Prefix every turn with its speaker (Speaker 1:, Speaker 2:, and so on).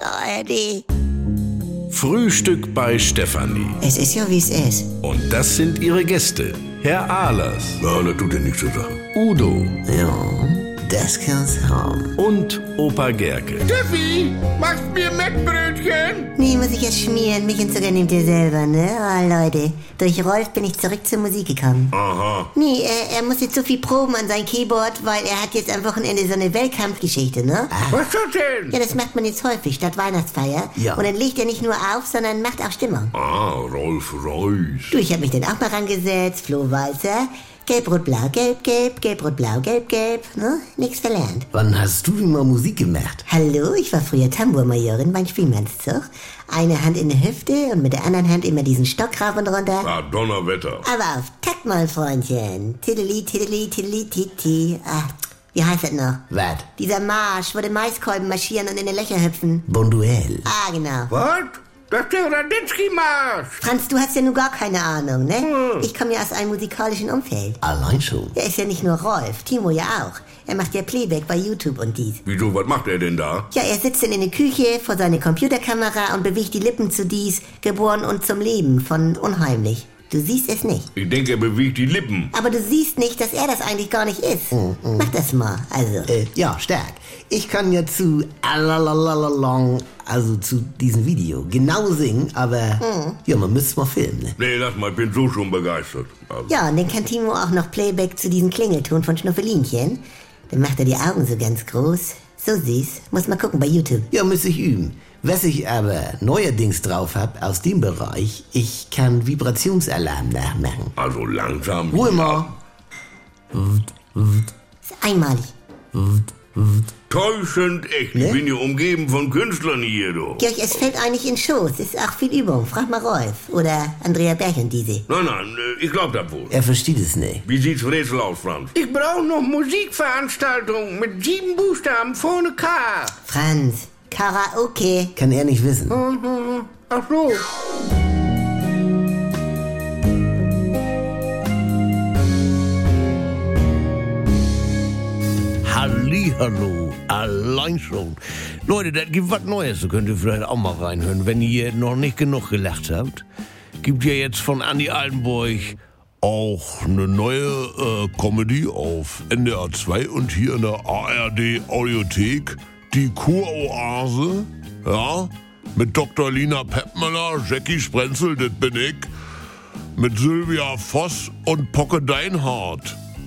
Speaker 1: ARD.
Speaker 2: Frühstück bei Stefanie.
Speaker 1: Es ist ja, wie es ist.
Speaker 2: Und das sind ihre Gäste. Herr Ahlers.
Speaker 3: Ja, das tut dir nichts zur Sache.
Speaker 2: Udo
Speaker 1: Ja, das kann's haben.
Speaker 2: und Opa Gerke.
Speaker 4: Steffi, machst mir Mettbrötchen?
Speaker 1: Nee, muss ich jetzt schmieren. Mich und Zucker nehmt ihr selber, ne? Oh, Leute. Durch Rolf bin ich zurück zur Musik gekommen.
Speaker 3: Aha.
Speaker 1: Nee, er, er muss jetzt so viel proben an sein Keyboard, weil er hat jetzt am Wochenende so eine Weltkampfgeschichte, ne?
Speaker 4: Was ist das denn?
Speaker 1: Ja, das macht man jetzt häufig, statt Weihnachtsfeier.
Speaker 5: Ja.
Speaker 1: Und dann legt er nicht nur auf, sondern macht auch Stimmung.
Speaker 3: Ah, Rolf Reus.
Speaker 1: Du, ich hab mich dann auch mal rangesetzt, Flo Walzer. Gelb, rot, blau, gelb, gelb, gelb, rot, blau, gelb, gelb, ne? Nix verlernt.
Speaker 5: Wann hast du denn mal Musik gemacht?
Speaker 1: Hallo, ich war früher Tambourmajorin beim Spielmannszug. Eine Hand in der Hüfte und mit der anderen Hand immer diesen Stock rauf und runter.
Speaker 3: Ah, Donnerwetter.
Speaker 1: Aber auf Takt, mein Freundchen. Tiddeli, tiddeli, tiddeli, titi. Ah, wie heißt das noch?
Speaker 5: Was?
Speaker 1: Dieser Marsch, wo die Maiskolben marschieren und in die Löcher hüpfen.
Speaker 5: Bonduell.
Speaker 1: Ah, genau.
Speaker 4: Was? Das ist der Radetzky-Marsch.
Speaker 1: Franz, du hast ja nun gar keine Ahnung, ne? Ich komme ja aus einem musikalischen Umfeld.
Speaker 5: Allein schon.
Speaker 1: Der ist ja nicht nur Rolf, Timo ja auch. Er macht ja Playback bei YouTube und dies.
Speaker 3: Wieso, was macht er denn da?
Speaker 1: Ja, er sitzt dann in der Küche vor seiner Computerkamera und bewegt die Lippen zu dies, geboren und zum Leben von unheimlich. Du siehst es nicht.
Speaker 3: Ich denke, er bewegt die Lippen.
Speaker 1: Aber du siehst nicht, dass er das eigentlich gar nicht ist.
Speaker 5: Mhm.
Speaker 1: Mach das mal, also.
Speaker 5: Äh, ja, stark. Ich kann ja zu Alalalalong, also zu diesem Video, genau singen, aber ja, man müsste es mal filmen, ne?
Speaker 3: Nee, lass mal, ich bin so schon begeistert. Also,
Speaker 1: Ja, und dann kann Timo auch noch Playback zu diesem Klingelton von Schnuffelinchen. Dann macht er die Augen so ganz groß. So süß. Muss mal gucken bei YouTube.
Speaker 5: Ja, müsste ich üben. Was ich aber neuerdings drauf hab aus dem Bereich, ich kann Vibrationsalarm nachmachen.
Speaker 3: also langsam.
Speaker 5: Ruhe mal.
Speaker 1: Ist einmalig.
Speaker 3: Täuschend echt. Ich bin hier umgeben von Künstlern hier, du.
Speaker 1: Georg, es fällt eigentlich in Schoß. Ist auch viel Übung. Frag mal Rolf. Oder Andrea Berg und diese.
Speaker 3: Nein, nein, äh, ich glaub das wohl.
Speaker 5: Er versteht es nicht.
Speaker 3: Wie sieht's Rätsel aus, Franz?
Speaker 4: Ich brauche noch Musikveranstaltungen mit sieben Buchstaben vorne K.
Speaker 1: Franz. Karaoke.
Speaker 5: Kann er nicht wissen.
Speaker 4: Ach so.
Speaker 6: Hallihallo, allein schon. Leute, das gibt was Neues, da könnt ihr vielleicht auch mal reinhören, wenn ihr noch nicht genug gelacht habt. Gibt ja jetzt von Andy Altenburg auch eine neue äh, Comedy auf NDR 2 und hier in der ARD Audiothek, die Kuroase, ja, mit Dr. Lina Peppmüller, Jackie Sprenzel, das bin ich mit Sylvia Voss und Pocke Deinhardt.